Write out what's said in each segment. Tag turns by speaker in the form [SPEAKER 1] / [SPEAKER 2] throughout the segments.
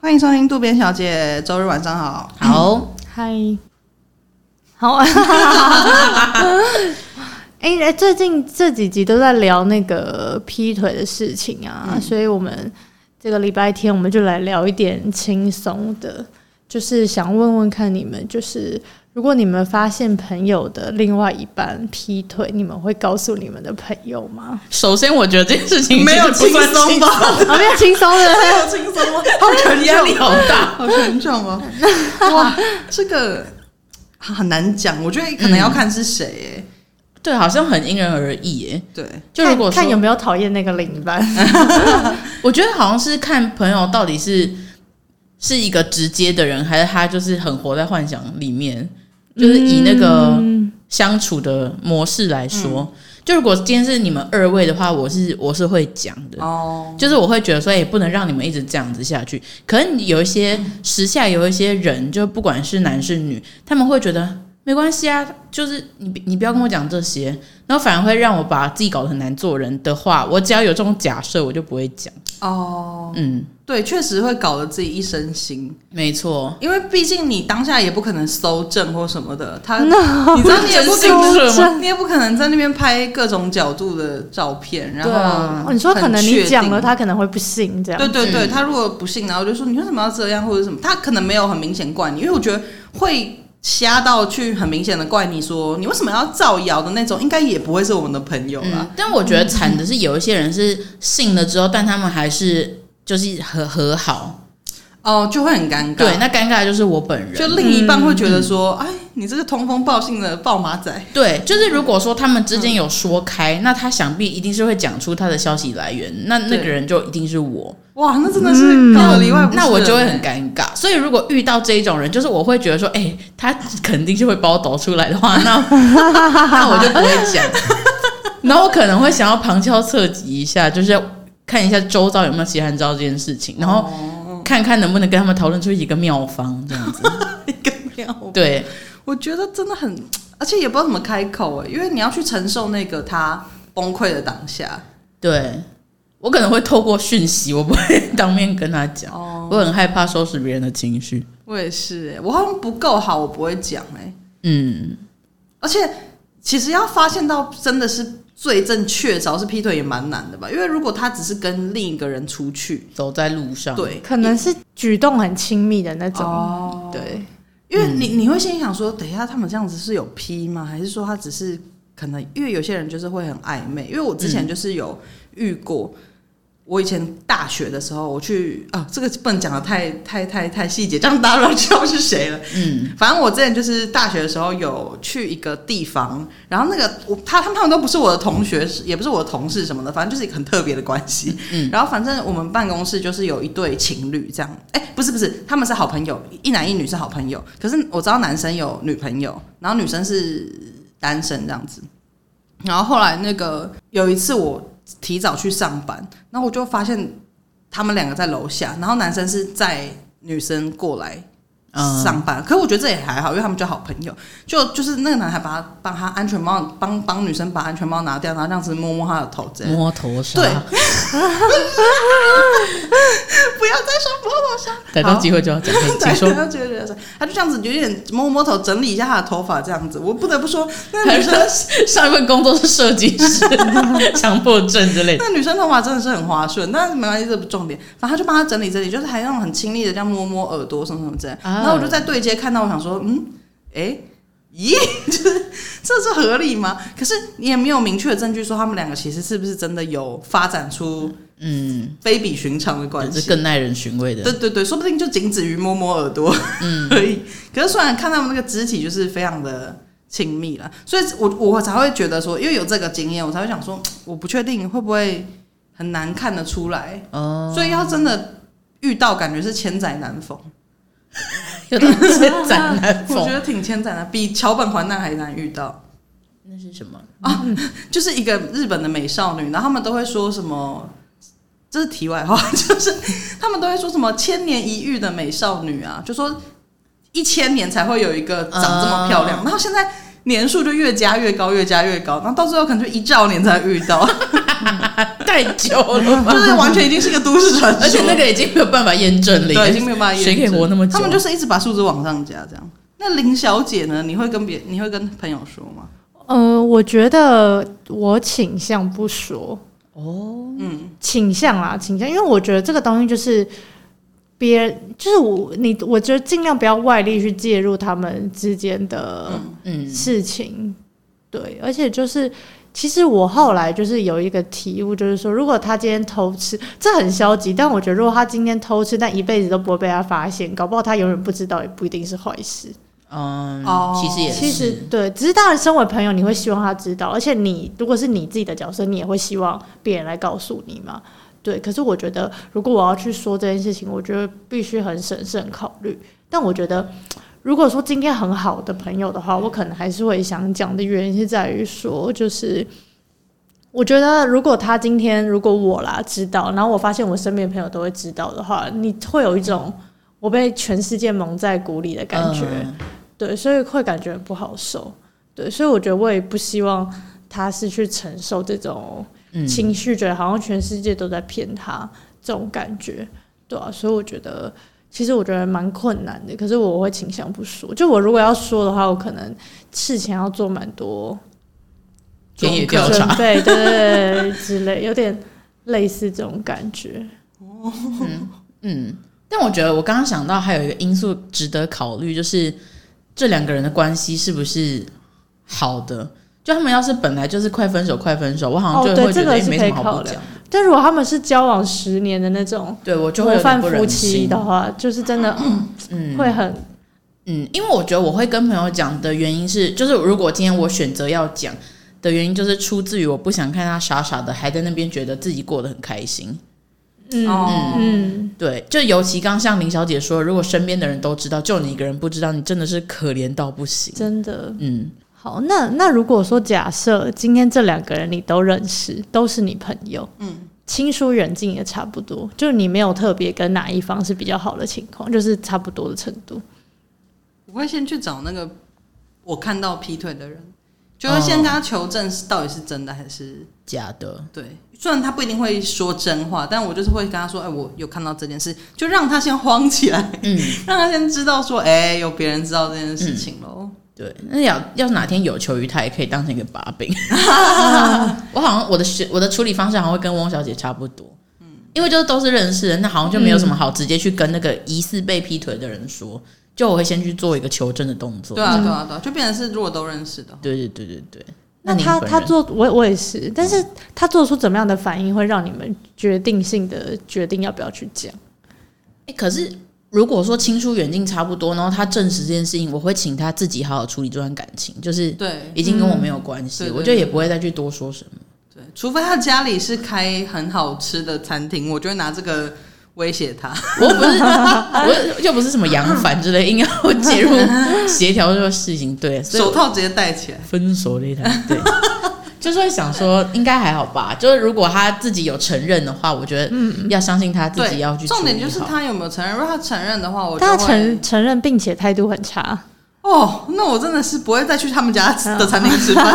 [SPEAKER 1] 欢迎收听渡边小姐，周日晚上好。
[SPEAKER 2] 好，
[SPEAKER 3] 嗨， 好，哎、哎最近这几集都在聊那个劈腿的事情啊，
[SPEAKER 2] 嗯
[SPEAKER 3] 所以我们这个礼拜天我们就来聊一点轻松的，就是想问问看你们，就是如果你们发现朋友的另外一半劈腿，你们会告诉你们的朋友吗？
[SPEAKER 2] 首先我觉得这件事情
[SPEAKER 1] 没有
[SPEAKER 2] 其实不算
[SPEAKER 1] 嗯轻松吧
[SPEAKER 3] 啊，没有轻松的，
[SPEAKER 1] 没有轻松吗？好
[SPEAKER 2] 轻松，
[SPEAKER 1] 沉
[SPEAKER 2] 压
[SPEAKER 1] 重，
[SPEAKER 2] 力好大。
[SPEAKER 1] 好沉重哦。哇，这个很难讲，我觉得可能要看是谁、
[SPEAKER 2] 对，好像很因人而异耶
[SPEAKER 1] 哎。对，
[SPEAKER 2] 就如果
[SPEAKER 3] 看看有
[SPEAKER 2] 说，
[SPEAKER 3] 没有讨厌那个另一半，
[SPEAKER 2] 我觉得好像是看朋友到底是是一个直接的人，还是他就是很活在幻想里面，就是以那个
[SPEAKER 3] 嗯
[SPEAKER 2] 相处的模式来说。就如果今天是你们二位的话，我是我是会讲的，
[SPEAKER 1] 哦，
[SPEAKER 2] 就是我会觉得说，也不能让你们一直这样子下去。可能有一些时下有一些人，就不管是男是女，他们会觉得没关系啊，就是你你不要跟我讲这些，然后反而会让我把自己搞得很难做人的话，我只要有这种假设，我就不会讲。
[SPEAKER 1] 哦，
[SPEAKER 2] 嗯，
[SPEAKER 1] 对，确实会搞得自己一身腥，
[SPEAKER 2] 没错，
[SPEAKER 1] 因为毕竟你当下也不可能搜证或什么的， 他，你知道你也不可
[SPEAKER 2] 真是
[SPEAKER 1] 能，
[SPEAKER 3] 吗
[SPEAKER 1] 你也不可能在那边拍各种角度的照片，然
[SPEAKER 2] 对啊
[SPEAKER 1] 后、
[SPEAKER 3] 哦你说可能你讲了，。他可能会不信这样
[SPEAKER 1] 对。对对，
[SPEAKER 2] 嗯
[SPEAKER 1] 他如果不信，然后就说你为什么要这样，或者什么，他可能没有很明显怪你，因为我觉得会瞎到去很明显的怪你说你为什么要造谣的那种，应该也不会是我们的朋友啦
[SPEAKER 2] 嗯。，但我觉得惨的是有一些人是信了之后，但他们还是就是和和好，
[SPEAKER 1] 哦，就会很尴尬。
[SPEAKER 2] 对，那尴尬的就是我本人，
[SPEAKER 1] 就另一半会觉得说，哎，你这个通风报信的报马仔，
[SPEAKER 2] 对，就是如果说他们之间有说开，那他想必一定是会讲出他的消息来源，那那个
[SPEAKER 1] 对
[SPEAKER 2] 人就一定是我，
[SPEAKER 1] 哇，那真的是搞得里外不是人欸
[SPEAKER 2] 嗯那我就会很尴尬。所以如果遇到这一种人，就是我会觉得说，哎、他肯定是会把我抖出来的话， 那那我就不会讲。然后我可能会想要旁敲侧击一下，就是看一下周遭有没有其他人知道这件事情，然后
[SPEAKER 1] 哦
[SPEAKER 2] 看看能不能跟他们讨论出一个妙方这样子。
[SPEAKER 1] 一个妙。
[SPEAKER 2] 对，
[SPEAKER 1] 我觉得真的很，嗯而且也不知道怎么开口哎，因为你要去承受那个他崩溃的当下。
[SPEAKER 2] 对我可能会透过讯息，我不会当面跟他讲。
[SPEAKER 1] 哦，
[SPEAKER 2] 我很害怕收拾别人的情绪。
[SPEAKER 1] 我也是
[SPEAKER 2] 欸
[SPEAKER 1] 哎，我好像不够好，我不会讲哎。
[SPEAKER 2] 嗯，
[SPEAKER 1] 而且其实要发现到真的是罪证确凿是劈腿也蛮难的吧，因为如果他只是跟另一个人出去，
[SPEAKER 2] 走在路上，，
[SPEAKER 1] 对，
[SPEAKER 3] 可能是举动很亲密的那种。
[SPEAKER 1] 哦
[SPEAKER 3] 对，
[SPEAKER 1] 因为你你会心里想说，等一下他们这样子是有劈吗？还是说他只是可能？因为有些人就是会很暧昧，因为我之前就是有遇过。我以前大学的时候，我去啊，这个不能讲的太太太太细节，这样大家都知道是谁了。
[SPEAKER 2] 嗯，
[SPEAKER 1] 反正我之前就是大学的时候有去一个地方，然后那个我他他们都不是我的同学，也不是我的同事什么的，反正就是一个很特别的关系。
[SPEAKER 2] 嗯
[SPEAKER 1] 然后反正我们办公室就是有一对情侣这样，哎、不是不是，他们是好朋友，一男一女是好朋友。可是我知道男生有女朋友，然后女生是单身这样子。然后后来那个有一次我提早去上班，然后我就发现他们两个在楼下，然后男生是在女生过来
[SPEAKER 2] 嗯
[SPEAKER 1] 上班。可是我觉得这也还好，因为他们就好朋友。就就是那个男孩把他帮他安全帽帮帮女生把安全帽拿掉，然后这样子摸摸他的头，这样
[SPEAKER 2] 摸头杀，
[SPEAKER 1] 对不要再说摸摸上，
[SPEAKER 2] 逮到机会就要讲， 嘿请
[SPEAKER 1] 对，
[SPEAKER 2] 说。
[SPEAKER 1] 他就觉得他就这样子有点摸摸头，整理一下他的头发这样子。我不得不说，那个
[SPEAKER 2] 还
[SPEAKER 1] 女
[SPEAKER 2] 是
[SPEAKER 1] 生
[SPEAKER 2] 上一份工作是设 计师，强迫症之类的。
[SPEAKER 1] 那女生头发真的是很滑顺，但是没关系，这不重点。反正他就帮她整理整理，就是还那种很亲密的这样摸摸耳朵什么什么之类。
[SPEAKER 2] 啊
[SPEAKER 1] 然后我就在对接看到，我想说，嗯，诶， 咦，就是这是合理吗？可是你也没有明确的证据说他们两个其实是不是真的有发展出
[SPEAKER 2] 嗯，
[SPEAKER 1] 非比寻常的关
[SPEAKER 2] 也是
[SPEAKER 1] 系。
[SPEAKER 2] 更耐人寻味的
[SPEAKER 1] 对。对对，说不定就仅止于摸摸耳朵， 嗯，可以。可是虽然看他们那个肢体就是非常的亲密了，所以我我才会觉得说，因为有这个经验，我才会想说，我不确定会不会很难看得出来。
[SPEAKER 2] 哦，
[SPEAKER 1] 所以要真的遇到，感觉是千载难逢。
[SPEAKER 2] 有点是斩男
[SPEAKER 1] 我觉
[SPEAKER 2] 风。
[SPEAKER 1] 得挺千载难，比桥本环奈还难遇到。
[SPEAKER 2] 那是什么？
[SPEAKER 1] 就是一个日本的美少女，然后他们都会说什么？这是题外话， 就是他们都会说什么千年一遇的美少女啊，就说一千年才会有一个长这么漂亮，
[SPEAKER 2] 啊
[SPEAKER 1] 然后现在 年数就越加越高，越加越高，然后到最后可能就一兆年才遇到。
[SPEAKER 2] 太久了吧？
[SPEAKER 1] 就是完全已经是一个都市传说，
[SPEAKER 2] 而且那个已经没有办法验证了，
[SPEAKER 1] 对已经没有办法验证
[SPEAKER 2] 谁可以活那么久？
[SPEAKER 1] 他们就是一直把数字往上加，这样。那林小姐呢？你会跟别你会跟朋友说吗？
[SPEAKER 3] 呃，我觉得我倾向不说，
[SPEAKER 1] 嗯，
[SPEAKER 3] 倾向啦，倾向，因为我觉得这个东西就是别人，就是我你，我觉得尽量不要外力去介入他们之间的
[SPEAKER 2] 嗯，
[SPEAKER 3] 事情。对，而且就是。其实我后来就是有一个体悟，就是说，如果他今天偷吃，这很消极。但我觉得，如果他今天偷吃，但一辈子都不会被他发现，搞不好他永远不知道，也不一定是坏事。
[SPEAKER 2] 嗯，
[SPEAKER 1] 哦
[SPEAKER 2] 其实也是，
[SPEAKER 3] 其实对，只是当然，身为朋友，你会希望他知道，而且你如果是你自己的角色，你也会希望别人来告诉你嘛。对，可是我觉得，如果我要去说这件事情，我觉得必须很审慎考虑。但我觉得，如果说今天很好的朋友的话，我可能还是会想讲的原因是在于说，就是我觉得，如果他今天如果我啦知道，然后我发现我身边的朋友都会知道的话，你会有一种我被全世界蒙在鼓里的感觉。
[SPEAKER 2] 嗯
[SPEAKER 3] 对，所以会感觉不好受。对，所以我觉得我也不希望他是去承受这种
[SPEAKER 2] 嗯
[SPEAKER 3] 情绪，觉得好像全世界都在骗他这种感觉，对啊，所以我觉得其实我觉得蛮困难的，可是我会倾向不说。就我如果要说的话，我可能事前要做蛮多
[SPEAKER 2] 田野
[SPEAKER 1] 做
[SPEAKER 2] 调
[SPEAKER 1] 功课
[SPEAKER 3] 准
[SPEAKER 2] 查，
[SPEAKER 3] 备，对对对之类，有点类似这种感觉。
[SPEAKER 2] 嗯，但我觉得我刚刚想到还有一个因素值得考虑，就是这两个人的关系是不是好的。就他们要是本来就是快分手，快分手，我好像
[SPEAKER 3] 哦
[SPEAKER 2] 就
[SPEAKER 3] 对
[SPEAKER 2] 会觉
[SPEAKER 3] 这
[SPEAKER 2] 得
[SPEAKER 3] 个
[SPEAKER 2] 也
[SPEAKER 3] 是
[SPEAKER 2] 没
[SPEAKER 3] 可
[SPEAKER 2] 什
[SPEAKER 3] 以
[SPEAKER 2] 么好
[SPEAKER 3] 考
[SPEAKER 2] 不
[SPEAKER 3] 量
[SPEAKER 2] 讲。
[SPEAKER 3] 但如果他们是交往十年的那种
[SPEAKER 2] 对我就会
[SPEAKER 3] 模
[SPEAKER 2] 有点
[SPEAKER 3] 范
[SPEAKER 2] 不
[SPEAKER 3] 夫
[SPEAKER 2] 忍
[SPEAKER 3] 妻
[SPEAKER 2] 心
[SPEAKER 3] 的话，就是真的
[SPEAKER 2] 嗯
[SPEAKER 3] 会很
[SPEAKER 2] 嗯，因为我觉得我会跟朋友讲的原因是，就是如果今天我选择要讲的原因，就是出自于我不想看他傻傻的还在那边觉得自己过得很开心。
[SPEAKER 3] 嗯
[SPEAKER 1] 哦
[SPEAKER 3] 嗯
[SPEAKER 2] 对，就尤其刚像林小姐说，如果身边的人都知道，就你一个人不知道，你真的是可怜到不行。
[SPEAKER 3] 真的
[SPEAKER 2] 嗯，
[SPEAKER 3] 好。那那如果说假设今天这两个人你都认识，都是你朋友，
[SPEAKER 1] 嗯，
[SPEAKER 3] 亲疏远近也差不多，就是你没有特别跟哪一方是比较好的情况，就是差不多的程度。
[SPEAKER 1] 我会先去找那个我看到劈腿的人，就会先跟他求证是到底是真的还是
[SPEAKER 2] 假的，
[SPEAKER 1] 对。虽然他不一定会说真话，但我就是会跟他说：“哎、我有看到这件事，就让他先慌起来，
[SPEAKER 2] 嗯，
[SPEAKER 1] 让他先知道说，哎、有别人知道这件事情喽。
[SPEAKER 2] 对。那要要是哪天有求于他，也可以当成一个把 柄。我好像我的学我的处理方式好像会跟翁小姐差不多。因为就是都是认识人，那好像就没有什么好直接去跟那个疑似被劈腿的人说，就我会先去做一个求证的动作。
[SPEAKER 1] 对啊，对啊，对啊，就变成是如果都认识的话，
[SPEAKER 2] 对对对对对。
[SPEAKER 3] 那
[SPEAKER 2] 您
[SPEAKER 3] 他
[SPEAKER 2] 本
[SPEAKER 3] 他
[SPEAKER 2] 人
[SPEAKER 3] 做我我也是，但是他做出怎么样的反应会让你们决定性的决定要不要去讲？
[SPEAKER 2] 欸可是如果说亲疏远近差不多，然后他证实这件事情，我会请他自己好好处理这段感情，就是
[SPEAKER 1] 对
[SPEAKER 2] 已经跟我没有关
[SPEAKER 1] 嗯
[SPEAKER 2] 系，
[SPEAKER 1] 对对
[SPEAKER 2] 我就也不会再去多说什么。
[SPEAKER 1] 对，除非他家里是开很好吃的餐厅，我就会拿这个威胁他。
[SPEAKER 2] 我又不是，我又不是什么杨凡之类，硬要介入协调这个事情，对，所以
[SPEAKER 1] 手套直接戴起来。
[SPEAKER 2] 分手那一谈，对， 就是会想说应该还好吧。就是如果他自己有承认的话，我觉得要相信他自
[SPEAKER 1] 嗯对，
[SPEAKER 2] 己要去处理
[SPEAKER 1] 重点就是
[SPEAKER 2] 好
[SPEAKER 1] 他有没有承认。如果他承认的话，我就
[SPEAKER 3] 但他
[SPEAKER 1] 会
[SPEAKER 3] 承承认并且态度很差，
[SPEAKER 1] 哦，那我真的是不会再去他们家的餐厅吃 饭，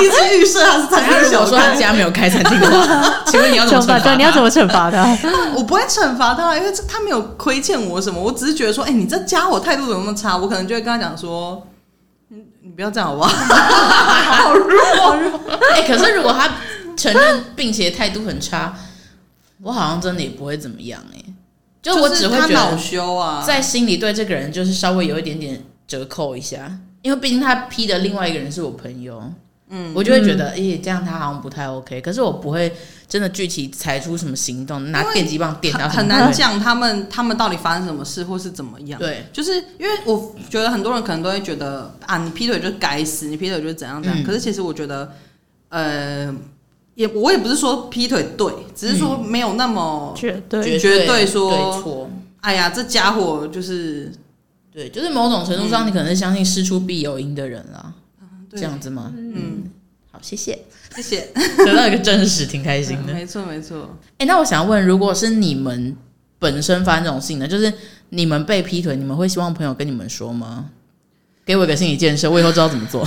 [SPEAKER 1] 一直预设他是餐
[SPEAKER 2] 那
[SPEAKER 1] 厅
[SPEAKER 2] 如
[SPEAKER 1] 小
[SPEAKER 2] 果说他
[SPEAKER 1] 哥。
[SPEAKER 2] 家没有开餐厅的 话，请问你要怎么
[SPEAKER 3] 惩罚
[SPEAKER 2] 惩
[SPEAKER 3] 对，
[SPEAKER 2] 罚？
[SPEAKER 3] 你要怎么？惩罚他？
[SPEAKER 1] 我不会惩罚他，因为这他没有亏欠我什么，我只是觉得说，哎、你这家伙态度怎么那么差？我可能就会跟他讲说，嗯，你不要这样好不好？好弱，
[SPEAKER 2] 哎、可是如果他承认并且态度很差，我好像真的也不会怎么样哎、 就我只会
[SPEAKER 1] 他
[SPEAKER 2] 觉
[SPEAKER 1] 恼
[SPEAKER 2] 得
[SPEAKER 1] 羞啊，
[SPEAKER 2] 在心里对这个人就是稍微有一点点折扣一下，因为毕竟他批的另外一个人是我朋友，
[SPEAKER 1] 嗯，
[SPEAKER 2] 我就会觉得，哎、这样他好像不太 OK。可是我不会真的具体采出什么行动，拿电击棒电他
[SPEAKER 1] 很
[SPEAKER 2] 什么
[SPEAKER 1] 很
[SPEAKER 2] 之类的
[SPEAKER 1] 难。讲他们他们到底发生什么事或是怎么样。
[SPEAKER 2] 对，
[SPEAKER 1] 就是因为我觉得很多人可能都会觉得啊，你劈腿就该死，你劈腿就怎样怎样。
[SPEAKER 2] 嗯
[SPEAKER 1] 可是其实我觉得，呃，也我也不是说劈腿对，只是说没有那么，
[SPEAKER 3] 绝对
[SPEAKER 1] 绝
[SPEAKER 2] 对
[SPEAKER 1] 对说
[SPEAKER 2] 对错。
[SPEAKER 1] 哎呀，这家伙就是
[SPEAKER 2] 对，就是某种程度
[SPEAKER 1] 嗯
[SPEAKER 2] 上，你可能是相信事出必有因的人啦，这
[SPEAKER 1] 对，
[SPEAKER 2] 样子吗？
[SPEAKER 1] 嗯，
[SPEAKER 2] 好，谢谢，
[SPEAKER 1] 谢谢，
[SPEAKER 2] 得到一个证实，挺开心
[SPEAKER 1] 嗯
[SPEAKER 2] 的。
[SPEAKER 1] 没错没错。
[SPEAKER 2] 哎、那我想问，如果是你们本身发生这种事情呢，就是你们被劈腿，你们会希望朋友跟你们说吗？给我一个心理建设，我以后知道怎么做。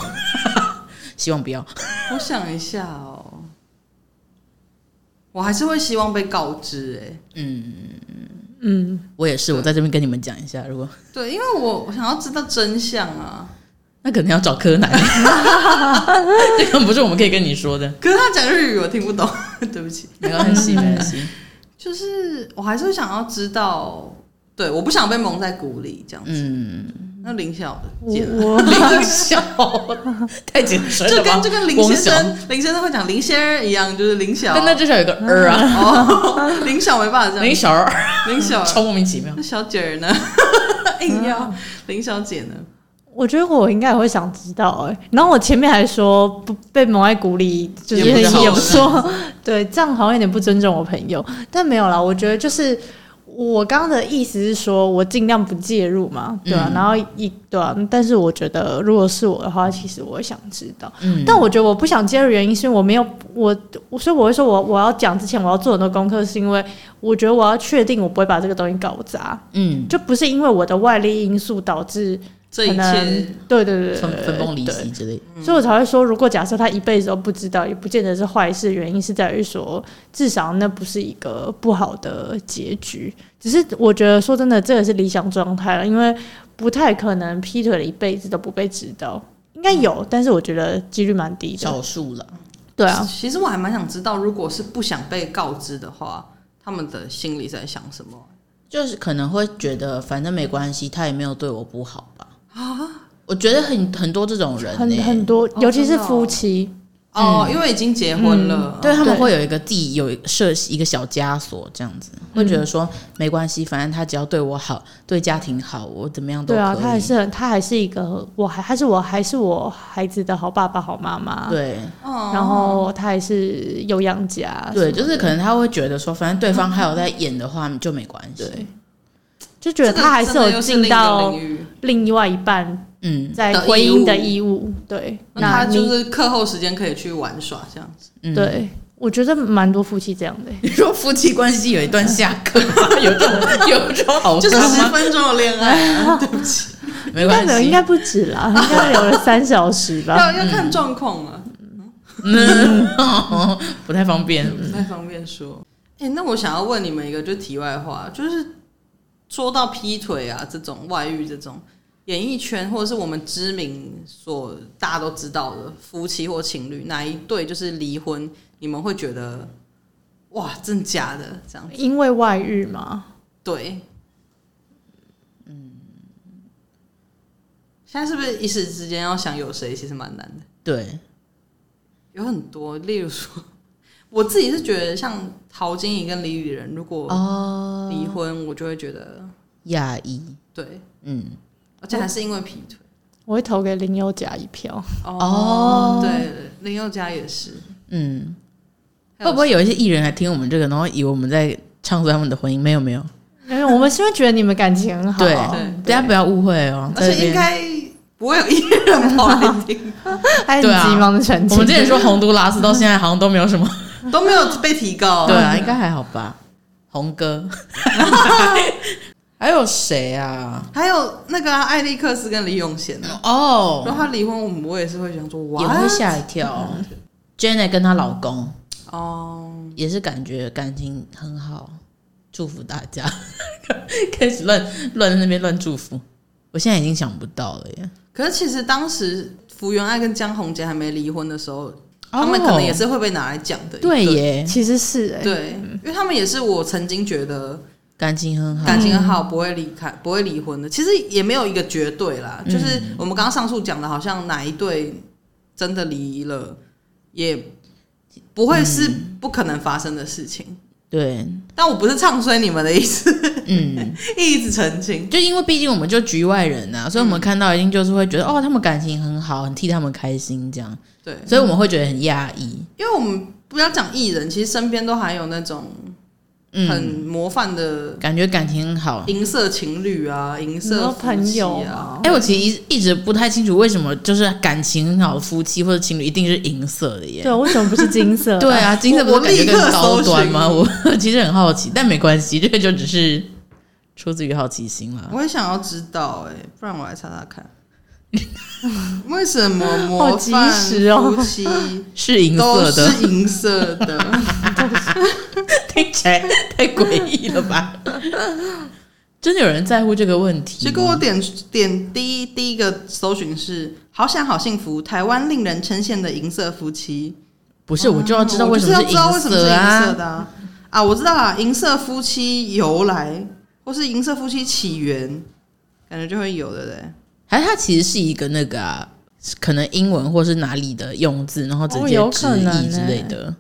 [SPEAKER 2] 希望不要。
[SPEAKER 1] 我想一下哦，我还是会希望被告知、欸，
[SPEAKER 3] 嗯，
[SPEAKER 2] 我也是，我在这边跟你们讲一下，如果
[SPEAKER 1] 对，因为我我想要知道真相啊。
[SPEAKER 2] 那可能要找柯南， 这个不是我们可以跟你说的，嗯
[SPEAKER 1] 可是他讲日语我听不懂， 对不起。
[SPEAKER 2] 没关系，没关系。
[SPEAKER 1] 就是我还是会想要知道，对，我不想被蒙在鼓里这样子。
[SPEAKER 2] 嗯，
[SPEAKER 1] 那林晓的
[SPEAKER 3] 我
[SPEAKER 1] 姐了，
[SPEAKER 3] 我
[SPEAKER 2] 林笑太谨慎
[SPEAKER 1] 就
[SPEAKER 2] 了吧
[SPEAKER 1] 跟？就跟林先生、林先生会讲林先生一样，就是林晓。
[SPEAKER 2] 但那至少有个儿啊，
[SPEAKER 1] 哦，林晓没办法这
[SPEAKER 2] 林
[SPEAKER 1] 样，
[SPEAKER 2] 小儿
[SPEAKER 1] 林晓
[SPEAKER 2] 超莫名其妙。
[SPEAKER 1] 那小姐儿呢？ 硬要
[SPEAKER 3] 嗯
[SPEAKER 1] 林小姐呢？
[SPEAKER 3] 我觉得我应该也会想知道哎、然后我前面还说不被蒙在鼓里，就是
[SPEAKER 2] 也不是好
[SPEAKER 3] 也不
[SPEAKER 2] 事
[SPEAKER 3] 错， 对，这样好像有点不尊重我朋友。但没有啦，我觉得就是我刚刚的意思是说我尽量不介入嘛，对
[SPEAKER 2] 嗯
[SPEAKER 3] 啊，然后一对啊，但是我觉得如果是我的话，其实我会想知道，
[SPEAKER 2] 嗯，
[SPEAKER 3] 但我觉得我不想介入的原因是因为我没有我，我所以我会说我我要讲之前我要做很多功课，是因为我觉得我要确定我不会把这个东西搞砸，
[SPEAKER 2] 嗯，
[SPEAKER 3] 就不是因为我的外力因素导致。
[SPEAKER 1] 这一
[SPEAKER 3] 可能
[SPEAKER 1] 切
[SPEAKER 3] 对对对对
[SPEAKER 2] 分分崩离
[SPEAKER 3] 对
[SPEAKER 2] 析之类的。
[SPEAKER 3] 所以我才会说，如果假设他一辈子都不知道，也不见得是坏事。原因是在于说，至少那不是一个不好的结局。只是我觉得说真的，这个是理想状态了，因为不太可能劈腿了一辈子都不被知道。应该有，但是我觉得几率蛮低的。
[SPEAKER 2] 少数了，
[SPEAKER 3] 嗯对啊，
[SPEAKER 1] 其实我还蛮想知道，如果是不想被告知的话，他们的心里在想什么？
[SPEAKER 2] 就是可能会觉得反正没关系，他也没有对我不好吧？啊，我觉得很很多这种人欸
[SPEAKER 3] 很
[SPEAKER 2] 呢、
[SPEAKER 3] 很多，尤其是夫妻，
[SPEAKER 1] 哦，因为已经结婚了，
[SPEAKER 2] 对他们
[SPEAKER 3] 嗯对
[SPEAKER 2] 会有一个自己有设一个小枷锁，这样子会
[SPEAKER 3] 嗯
[SPEAKER 2] 觉得说没关系，反正他只要对我好，对家庭好，我怎么样都
[SPEAKER 3] 对
[SPEAKER 2] 可以。
[SPEAKER 3] 啊，他还是很他还是一个，我还还是我还是我孩子的好爸爸、好妈妈。，
[SPEAKER 2] 对
[SPEAKER 1] 哦
[SPEAKER 3] 然后他还是有养家。
[SPEAKER 2] 对，就是可能他会觉得说，反正对方还有在演的话就没关系
[SPEAKER 3] 对。就觉得
[SPEAKER 1] 这个
[SPEAKER 3] 他还
[SPEAKER 1] 真的
[SPEAKER 3] 有
[SPEAKER 1] 又
[SPEAKER 3] 尽
[SPEAKER 1] 另一个
[SPEAKER 3] 到
[SPEAKER 1] 领域
[SPEAKER 3] 另外一半
[SPEAKER 2] 嗯
[SPEAKER 3] 在
[SPEAKER 1] 的
[SPEAKER 3] 婚
[SPEAKER 1] 义
[SPEAKER 3] 姻的
[SPEAKER 1] 务
[SPEAKER 3] 义务。对，
[SPEAKER 1] 那他
[SPEAKER 3] 那
[SPEAKER 1] 就
[SPEAKER 3] 你
[SPEAKER 1] 是课后时间可以去玩耍这样子。
[SPEAKER 2] 嗯，。
[SPEAKER 3] 对，我觉得蛮多夫妻这样的欸、
[SPEAKER 2] 你说夫妻关系有一段下课吗？有这种有这种好
[SPEAKER 1] 就
[SPEAKER 2] 事
[SPEAKER 1] 是十
[SPEAKER 2] 哦吗？
[SPEAKER 1] 分钟的恋爱、啊，对不起，
[SPEAKER 2] 没
[SPEAKER 3] 应该
[SPEAKER 2] 关
[SPEAKER 3] 没有，
[SPEAKER 2] 系，
[SPEAKER 3] 应该不止啦，应该有了三小时吧。
[SPEAKER 1] 要啊要看状况啊，
[SPEAKER 2] 嗯， 不太方便。
[SPEAKER 1] 不太方便说。哎、那我想要问你们一个，就题外话，就是说到劈腿啊这种外遇这种，演艺圈或者是我们知名所大家都知道的夫妻或情侣，哪一对就是离婚，你们会觉得哇，真假的这样？
[SPEAKER 3] 因为外遇嘛，
[SPEAKER 1] 对，嗯，嗯现在是不是一时之间要想有谁，其实蛮难的。
[SPEAKER 2] 对，
[SPEAKER 1] 有很多，例如说， 我自己是觉得像陶晶莹跟李雨仁，如果
[SPEAKER 2] 哦，
[SPEAKER 1] 离婚，我就会觉得
[SPEAKER 2] 亚裔，
[SPEAKER 1] 对，
[SPEAKER 2] 嗯，
[SPEAKER 1] 而且还是因为劈腿。
[SPEAKER 3] 我会投给林宥嘉一票。
[SPEAKER 2] 哦
[SPEAKER 1] 对，林宥嘉也是，
[SPEAKER 2] 嗯，
[SPEAKER 1] 还有
[SPEAKER 2] 会不会有一些艺人来听我们这个，然后以为我们在唱衰他们的婚姻？没有没有，
[SPEAKER 3] 没有，我们是因为觉得你们感情很好。啊
[SPEAKER 2] 对
[SPEAKER 1] 对
[SPEAKER 2] 大家不要误会哦。
[SPEAKER 1] 而
[SPEAKER 2] 在这
[SPEAKER 1] 且应
[SPEAKER 2] 边
[SPEAKER 1] 该不会有艺人跑来听，
[SPEAKER 3] 还很
[SPEAKER 2] 对啊
[SPEAKER 3] 急忙的澄清。
[SPEAKER 2] 我们之前说洪都拉斯到现在好像都没 有什么，
[SPEAKER 1] 都没有被提高。
[SPEAKER 2] 对啊，应该还好吧。洪哥， 还有谁啊？
[SPEAKER 1] 还有那个啊艾利克斯跟李永贤啊，如
[SPEAKER 2] 哦，
[SPEAKER 1] 果他离婚，我们我也是会想说
[SPEAKER 2] 也
[SPEAKER 1] 哇
[SPEAKER 2] 会吓一跳。Jenna 跟她老公
[SPEAKER 1] 哦，
[SPEAKER 2] 也是感觉感情很好，祝福大家。 开始乱乱在那边乱祝福，我现在已经想不到了耶。
[SPEAKER 1] 可是其实当时福原爱跟江宏杰还没离婚的时候，他们可能也是会被拿来讲的。
[SPEAKER 2] 哦对耶，嗯
[SPEAKER 3] 其实是哎、
[SPEAKER 1] 对，因为他们也是我曾经觉得
[SPEAKER 2] 感情很好。
[SPEAKER 1] 感情很好，不会离开，不会离婚的。其实也没有一个绝对啦，
[SPEAKER 2] 嗯
[SPEAKER 1] 就是我们刚刚上述讲的，好像哪一对真的离了，也不会是
[SPEAKER 2] 嗯
[SPEAKER 1] 不可能发生的事情。
[SPEAKER 2] 对，
[SPEAKER 1] 但我不是唱衰你们的意思，
[SPEAKER 2] 嗯，
[SPEAKER 1] 一直澄清。
[SPEAKER 2] 就因为毕竟我们就局外人
[SPEAKER 1] 嗯
[SPEAKER 2] 呐、所以我们看到一定就是会觉得、哦，他们感情很好，很替他们开心这样，
[SPEAKER 1] 对，
[SPEAKER 2] 所以我们会觉得很压抑。
[SPEAKER 1] 因为我们不要讲艺人，其实身边都还有那种很
[SPEAKER 2] 嗯，
[SPEAKER 1] 模范的
[SPEAKER 2] 感觉感情很好。
[SPEAKER 1] 银色情侣啊，银
[SPEAKER 3] 你说
[SPEAKER 1] 色夫妻
[SPEAKER 3] 朋友
[SPEAKER 1] 啊，
[SPEAKER 3] 嘛
[SPEAKER 2] 哎、我其实一直不太清楚为什么就是感情很好的夫妻或者情侣一定是银色的耶
[SPEAKER 3] 对，。啊为什么不是金色？
[SPEAKER 2] 对，啊，金色不
[SPEAKER 1] 我
[SPEAKER 2] 是感觉
[SPEAKER 1] 立刻
[SPEAKER 2] 更高端吗？
[SPEAKER 1] 搜
[SPEAKER 2] 我其实很好奇，但没关系，这个就只是出自于好奇心啦。
[SPEAKER 1] 我也想要知道哎、不然我来查查看， 为什么模
[SPEAKER 3] 好及
[SPEAKER 1] 范
[SPEAKER 3] 时哦
[SPEAKER 1] 夫妻
[SPEAKER 2] 是银
[SPEAKER 1] 都
[SPEAKER 2] 色的，
[SPEAKER 1] 是银色的？
[SPEAKER 2] 听起来太诡异了 吧？真的有人在乎这个问题
[SPEAKER 1] 结
[SPEAKER 2] 吗？
[SPEAKER 1] 果我点点第一第一个搜寻是“好想好幸福”，台湾令人称羡的银色夫妻。
[SPEAKER 2] 不是，我就要知道
[SPEAKER 1] 我
[SPEAKER 2] 为
[SPEAKER 1] 哦就
[SPEAKER 2] 什
[SPEAKER 1] 是
[SPEAKER 2] 么
[SPEAKER 1] 要
[SPEAKER 2] 银
[SPEAKER 1] 知道为什么是银色
[SPEAKER 2] 啊！
[SPEAKER 1] 的啊！啊，我知道了，银色夫妻由来，或是银色夫妻起源，感觉就会有的嘞。
[SPEAKER 2] 还是它其实是一个那个啊，可能英文或是哪里的用字，然后直
[SPEAKER 3] 哦
[SPEAKER 2] 接
[SPEAKER 3] 有
[SPEAKER 2] 直
[SPEAKER 3] 可能
[SPEAKER 2] 译之类
[SPEAKER 3] 欸
[SPEAKER 2] 的。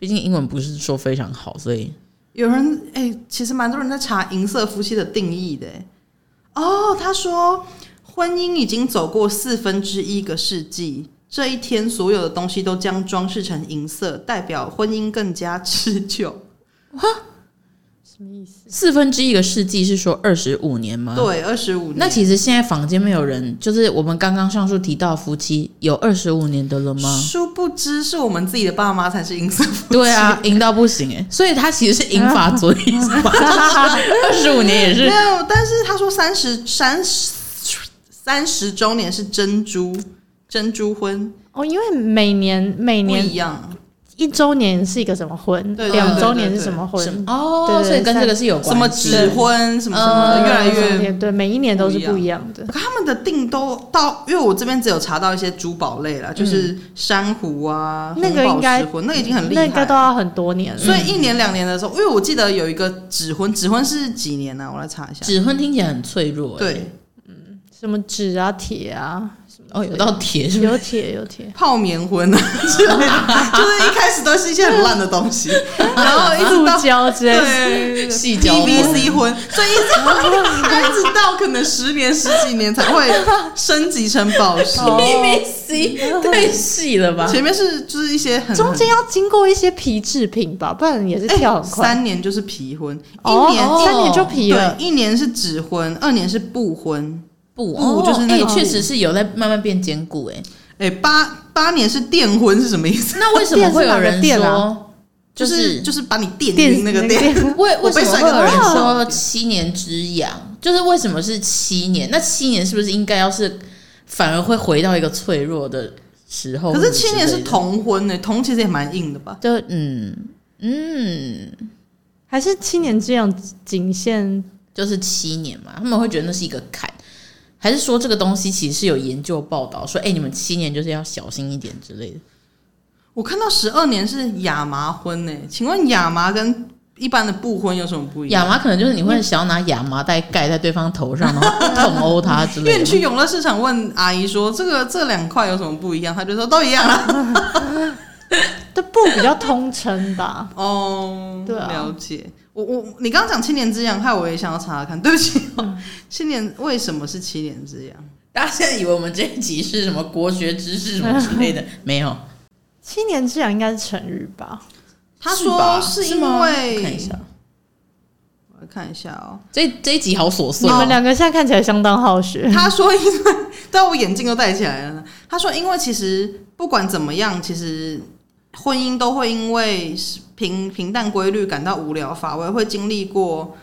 [SPEAKER 2] 毕竟英文不是说非常好，所以
[SPEAKER 1] 有人哎、其实蛮多人在查银色夫妻的定义的欸。哦，他说婚姻已经走过四分之一个世纪，这一天所有的东西都将装饰成银色，代表婚姻更加持久。
[SPEAKER 3] 什么意思？
[SPEAKER 2] 四分之一个世纪是说二十五年吗？。
[SPEAKER 1] 对，二十五
[SPEAKER 2] 啊那其实现在房间没有人，就是我们刚刚上述提到的夫妻有二十五年的了吗？
[SPEAKER 1] 殊不知是我们自己的爸妈才是银色夫妻。
[SPEAKER 2] 对啊，赢到不行哎、 所以他其实是银发左翼是吧？二十五年也
[SPEAKER 1] 没
[SPEAKER 2] 是
[SPEAKER 1] 有，但是他说三十三十三十周年是珍珠珍珠婚，
[SPEAKER 3] 哦，因为每年每
[SPEAKER 1] 不
[SPEAKER 3] 年
[SPEAKER 1] 一样，
[SPEAKER 3] 一周年是一个什么婚
[SPEAKER 1] 对，对
[SPEAKER 3] 两周
[SPEAKER 1] 对对
[SPEAKER 3] 年是
[SPEAKER 1] 对
[SPEAKER 3] 什么
[SPEAKER 2] 什
[SPEAKER 3] 婚，
[SPEAKER 2] 么哦，
[SPEAKER 3] 对
[SPEAKER 2] 所以跟这个是有关
[SPEAKER 1] 什么
[SPEAKER 2] 系
[SPEAKER 1] 指婚什么什么的，
[SPEAKER 2] 嗯
[SPEAKER 1] 越来
[SPEAKER 3] 中
[SPEAKER 1] 越
[SPEAKER 3] 间对，每一呃年都是
[SPEAKER 1] 不
[SPEAKER 3] 不
[SPEAKER 1] 一
[SPEAKER 3] 一样的。
[SPEAKER 1] 可他们的定都到，因为我这边只有查到一些珠宝类啦，就是珊瑚啊，
[SPEAKER 3] 嗯那个
[SPEAKER 1] 红宝
[SPEAKER 3] 应该
[SPEAKER 1] 石婚，那个已经很厉害了。
[SPEAKER 3] 那个都要很多年了，
[SPEAKER 1] 所以一年两年的时候，因为我记得有一个指婚，指婚是几年呢、啊？我来查一下。
[SPEAKER 2] 指婚听起来很脆弱、欸，，
[SPEAKER 1] 对，
[SPEAKER 3] 什么纸啊、铁啊，什么
[SPEAKER 2] 哦，有到铁是不是？
[SPEAKER 3] 有铁有铁，
[SPEAKER 1] 泡棉 婚啊之类的，就是一开始都是一些很烂的东 西，然后哦一直
[SPEAKER 3] 塑
[SPEAKER 1] 到
[SPEAKER 3] 胶之类的。
[SPEAKER 1] 对
[SPEAKER 2] 细胶婚
[SPEAKER 1] PVC 婚，所以一直到一直到可能十年十几年才会升级成宝石。
[SPEAKER 3] 哦
[SPEAKER 1] 哦
[SPEAKER 2] BBC 太细了吧？
[SPEAKER 1] 前面是就是一些很
[SPEAKER 3] 中间要经过一些皮制品吧，不然也是
[SPEAKER 1] 哎
[SPEAKER 3] 跳很快。
[SPEAKER 1] 三年就是皮婚，
[SPEAKER 3] 哦
[SPEAKER 1] 一年、
[SPEAKER 2] 哦
[SPEAKER 3] 三年就皮了
[SPEAKER 1] 对，，一年是指婚，二年是不婚，
[SPEAKER 2] 不，
[SPEAKER 1] 不
[SPEAKER 2] 哦，
[SPEAKER 1] 就是那
[SPEAKER 2] 哎
[SPEAKER 1] 个
[SPEAKER 2] 确实是有在慢慢变坚固哎、
[SPEAKER 1] 哎、八八年是电婚是什么意思？
[SPEAKER 2] 那为什么会有人
[SPEAKER 3] 电是
[SPEAKER 2] 说，
[SPEAKER 3] 哪个
[SPEAKER 1] 啊就
[SPEAKER 2] 就是是
[SPEAKER 1] 就是把你电
[SPEAKER 3] 电
[SPEAKER 1] 晕那个电，
[SPEAKER 3] 电，
[SPEAKER 2] 为
[SPEAKER 1] 我
[SPEAKER 2] 为
[SPEAKER 1] 被
[SPEAKER 2] 什么
[SPEAKER 1] 甩
[SPEAKER 2] 会
[SPEAKER 1] 个哦
[SPEAKER 2] 有人
[SPEAKER 1] 头
[SPEAKER 2] 说七年之痒？就是为什么是七年？那七年是不是应该要是反而会回到一个脆弱的时候？
[SPEAKER 1] 可是七年
[SPEAKER 2] 或
[SPEAKER 1] 是
[SPEAKER 2] 者之类的，
[SPEAKER 1] 同婚呢、同其实也蛮硬的吧？
[SPEAKER 2] 就嗯嗯，
[SPEAKER 3] 还是七年之痒仅限
[SPEAKER 2] 就是七年嘛，他们会觉得那是一个坎。还是说这个东西其实是有研究报道说，哎、你们七年就是要小心一点之类的。
[SPEAKER 1] 我看到十二年是亚麻婚呢、请问亚麻跟一般的不婚有什么不一样？
[SPEAKER 2] 亚麻可能就是你会想要拿亚麻袋盖在对方头上，然后痛殴他之
[SPEAKER 1] 因为
[SPEAKER 2] 类
[SPEAKER 1] 你
[SPEAKER 2] 的。
[SPEAKER 1] 去永乐市场问阿姨说这个这两块有什么不一样，她就说都一样 啊。
[SPEAKER 3] 的布比较通称吧？
[SPEAKER 1] 哦，
[SPEAKER 3] 对啊
[SPEAKER 1] 了解。我我你刚刚讲七年之痒，害我也想要查查看。对不起、哦，
[SPEAKER 2] 嗯
[SPEAKER 1] 七年为什么是七年之痒？
[SPEAKER 2] 大家现在以为我们这一集是什么国学知识什么之类的， 没有。
[SPEAKER 3] 七年之痒应该是成语吧？
[SPEAKER 1] 哦他
[SPEAKER 2] 是吧
[SPEAKER 1] 说因
[SPEAKER 2] 吗
[SPEAKER 1] 为
[SPEAKER 2] 看一下，
[SPEAKER 1] 我来看一下哦。
[SPEAKER 2] 这这一集好琐
[SPEAKER 3] 你
[SPEAKER 2] 碎
[SPEAKER 3] 们
[SPEAKER 2] 哦。
[SPEAKER 3] 两个现在看起来相当好学，
[SPEAKER 1] 他说因为，对啊我眼镜都戴起来了。他说因为其实不管怎么样，其实婚姻都会因为平平淡规律感到无聊乏味，会经历过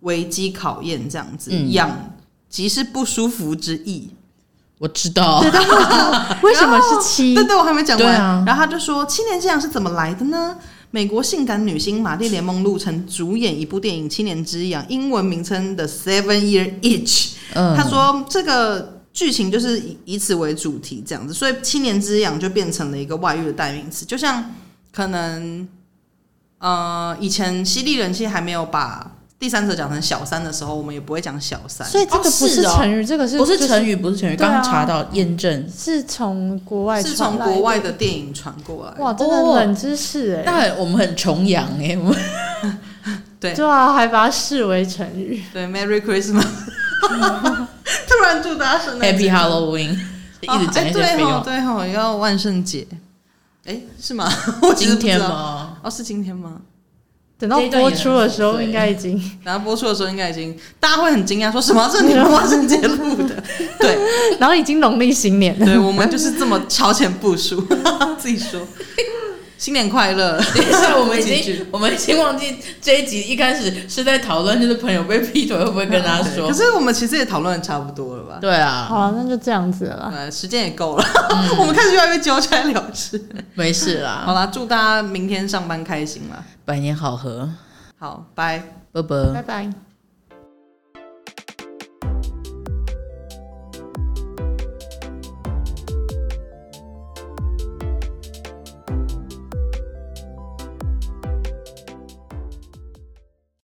[SPEAKER 1] 危机考验这样子。
[SPEAKER 2] 嗯
[SPEAKER 1] 痒、即是不舒服之意。
[SPEAKER 2] 我知道，
[SPEAKER 3] 为什么是七
[SPEAKER 1] 对？对，我还没讲完。
[SPEAKER 2] 嗯对啊
[SPEAKER 1] 然后他就说，七年之痒是怎么来的呢？美国性感女星玛丽莲梦露曾主演一部电影《七年之痒》，英文名称的《Seven Year Itch》。
[SPEAKER 2] 嗯，
[SPEAKER 1] 他说这个剧情就是以以此为主题这样子，所以七年之痒就变成了一个外遇的代名词，就像可能呃以前犀利人气还没有把第三者讲成小三的时候，我们也不会讲小三。
[SPEAKER 3] 所以这个不
[SPEAKER 2] 哦是
[SPEAKER 3] 是
[SPEAKER 2] 哦
[SPEAKER 3] 成语，这个是
[SPEAKER 2] 不是
[SPEAKER 3] 就是
[SPEAKER 2] 成语，不是成语，
[SPEAKER 3] 对
[SPEAKER 2] 刚
[SPEAKER 3] 啊
[SPEAKER 2] 刚查到验证。
[SPEAKER 3] 是从国外
[SPEAKER 1] 是
[SPEAKER 3] 传
[SPEAKER 1] 从
[SPEAKER 3] 来
[SPEAKER 1] 国外的电影传过来的，
[SPEAKER 3] 哇，真的
[SPEAKER 2] 哦
[SPEAKER 3] 冷知识哎、
[SPEAKER 2] 那我们很崇洋哎、我们
[SPEAKER 1] 对
[SPEAKER 3] 对啊，还把它视为成语，
[SPEAKER 1] 对，Merry Christmas，突然祝大家圣诞
[SPEAKER 2] Happy
[SPEAKER 1] 节
[SPEAKER 2] Halloween 一直哦
[SPEAKER 1] 哎
[SPEAKER 2] 讲一些
[SPEAKER 1] 对
[SPEAKER 2] 废
[SPEAKER 1] 吼
[SPEAKER 2] 话。
[SPEAKER 1] 对吼，要万圣节，哎，是吗？ 我其实
[SPEAKER 2] 今
[SPEAKER 1] 不知
[SPEAKER 2] 天
[SPEAKER 1] 道？
[SPEAKER 2] 吗？
[SPEAKER 1] 哦，是今天吗？
[SPEAKER 3] 等到
[SPEAKER 2] 这一段
[SPEAKER 3] 播
[SPEAKER 2] 也很
[SPEAKER 3] 出的时候
[SPEAKER 2] 琐碎
[SPEAKER 3] 应该已经
[SPEAKER 1] 然后播出的时候应该已经大家会很惊讶，说什么这是你们万圣节录 的？对，
[SPEAKER 3] 然后已经农历新年了，
[SPEAKER 1] 对我们就是这么超前部署， 自己说新年快乐。
[SPEAKER 2] 等一下，我们 已
[SPEAKER 1] 几句
[SPEAKER 2] 经我们已经忘记这一集一开始是在讨论，就是朋友被劈腿会不会跟他
[SPEAKER 1] 对
[SPEAKER 2] 说
[SPEAKER 1] 可？是我们其实也讨论的差不多了吧？
[SPEAKER 2] 对啊，
[SPEAKER 3] 好、啊，那就这样子了啦。
[SPEAKER 1] 呃，时间也够了，
[SPEAKER 2] 嗯
[SPEAKER 1] 我们开始越来越交差了事。
[SPEAKER 2] 没事啦。
[SPEAKER 1] 好啦，祝大家明天上班开心啦！
[SPEAKER 2] 百年好合，
[SPEAKER 1] 好，拜。
[SPEAKER 2] 啵啵
[SPEAKER 3] 拜。拜。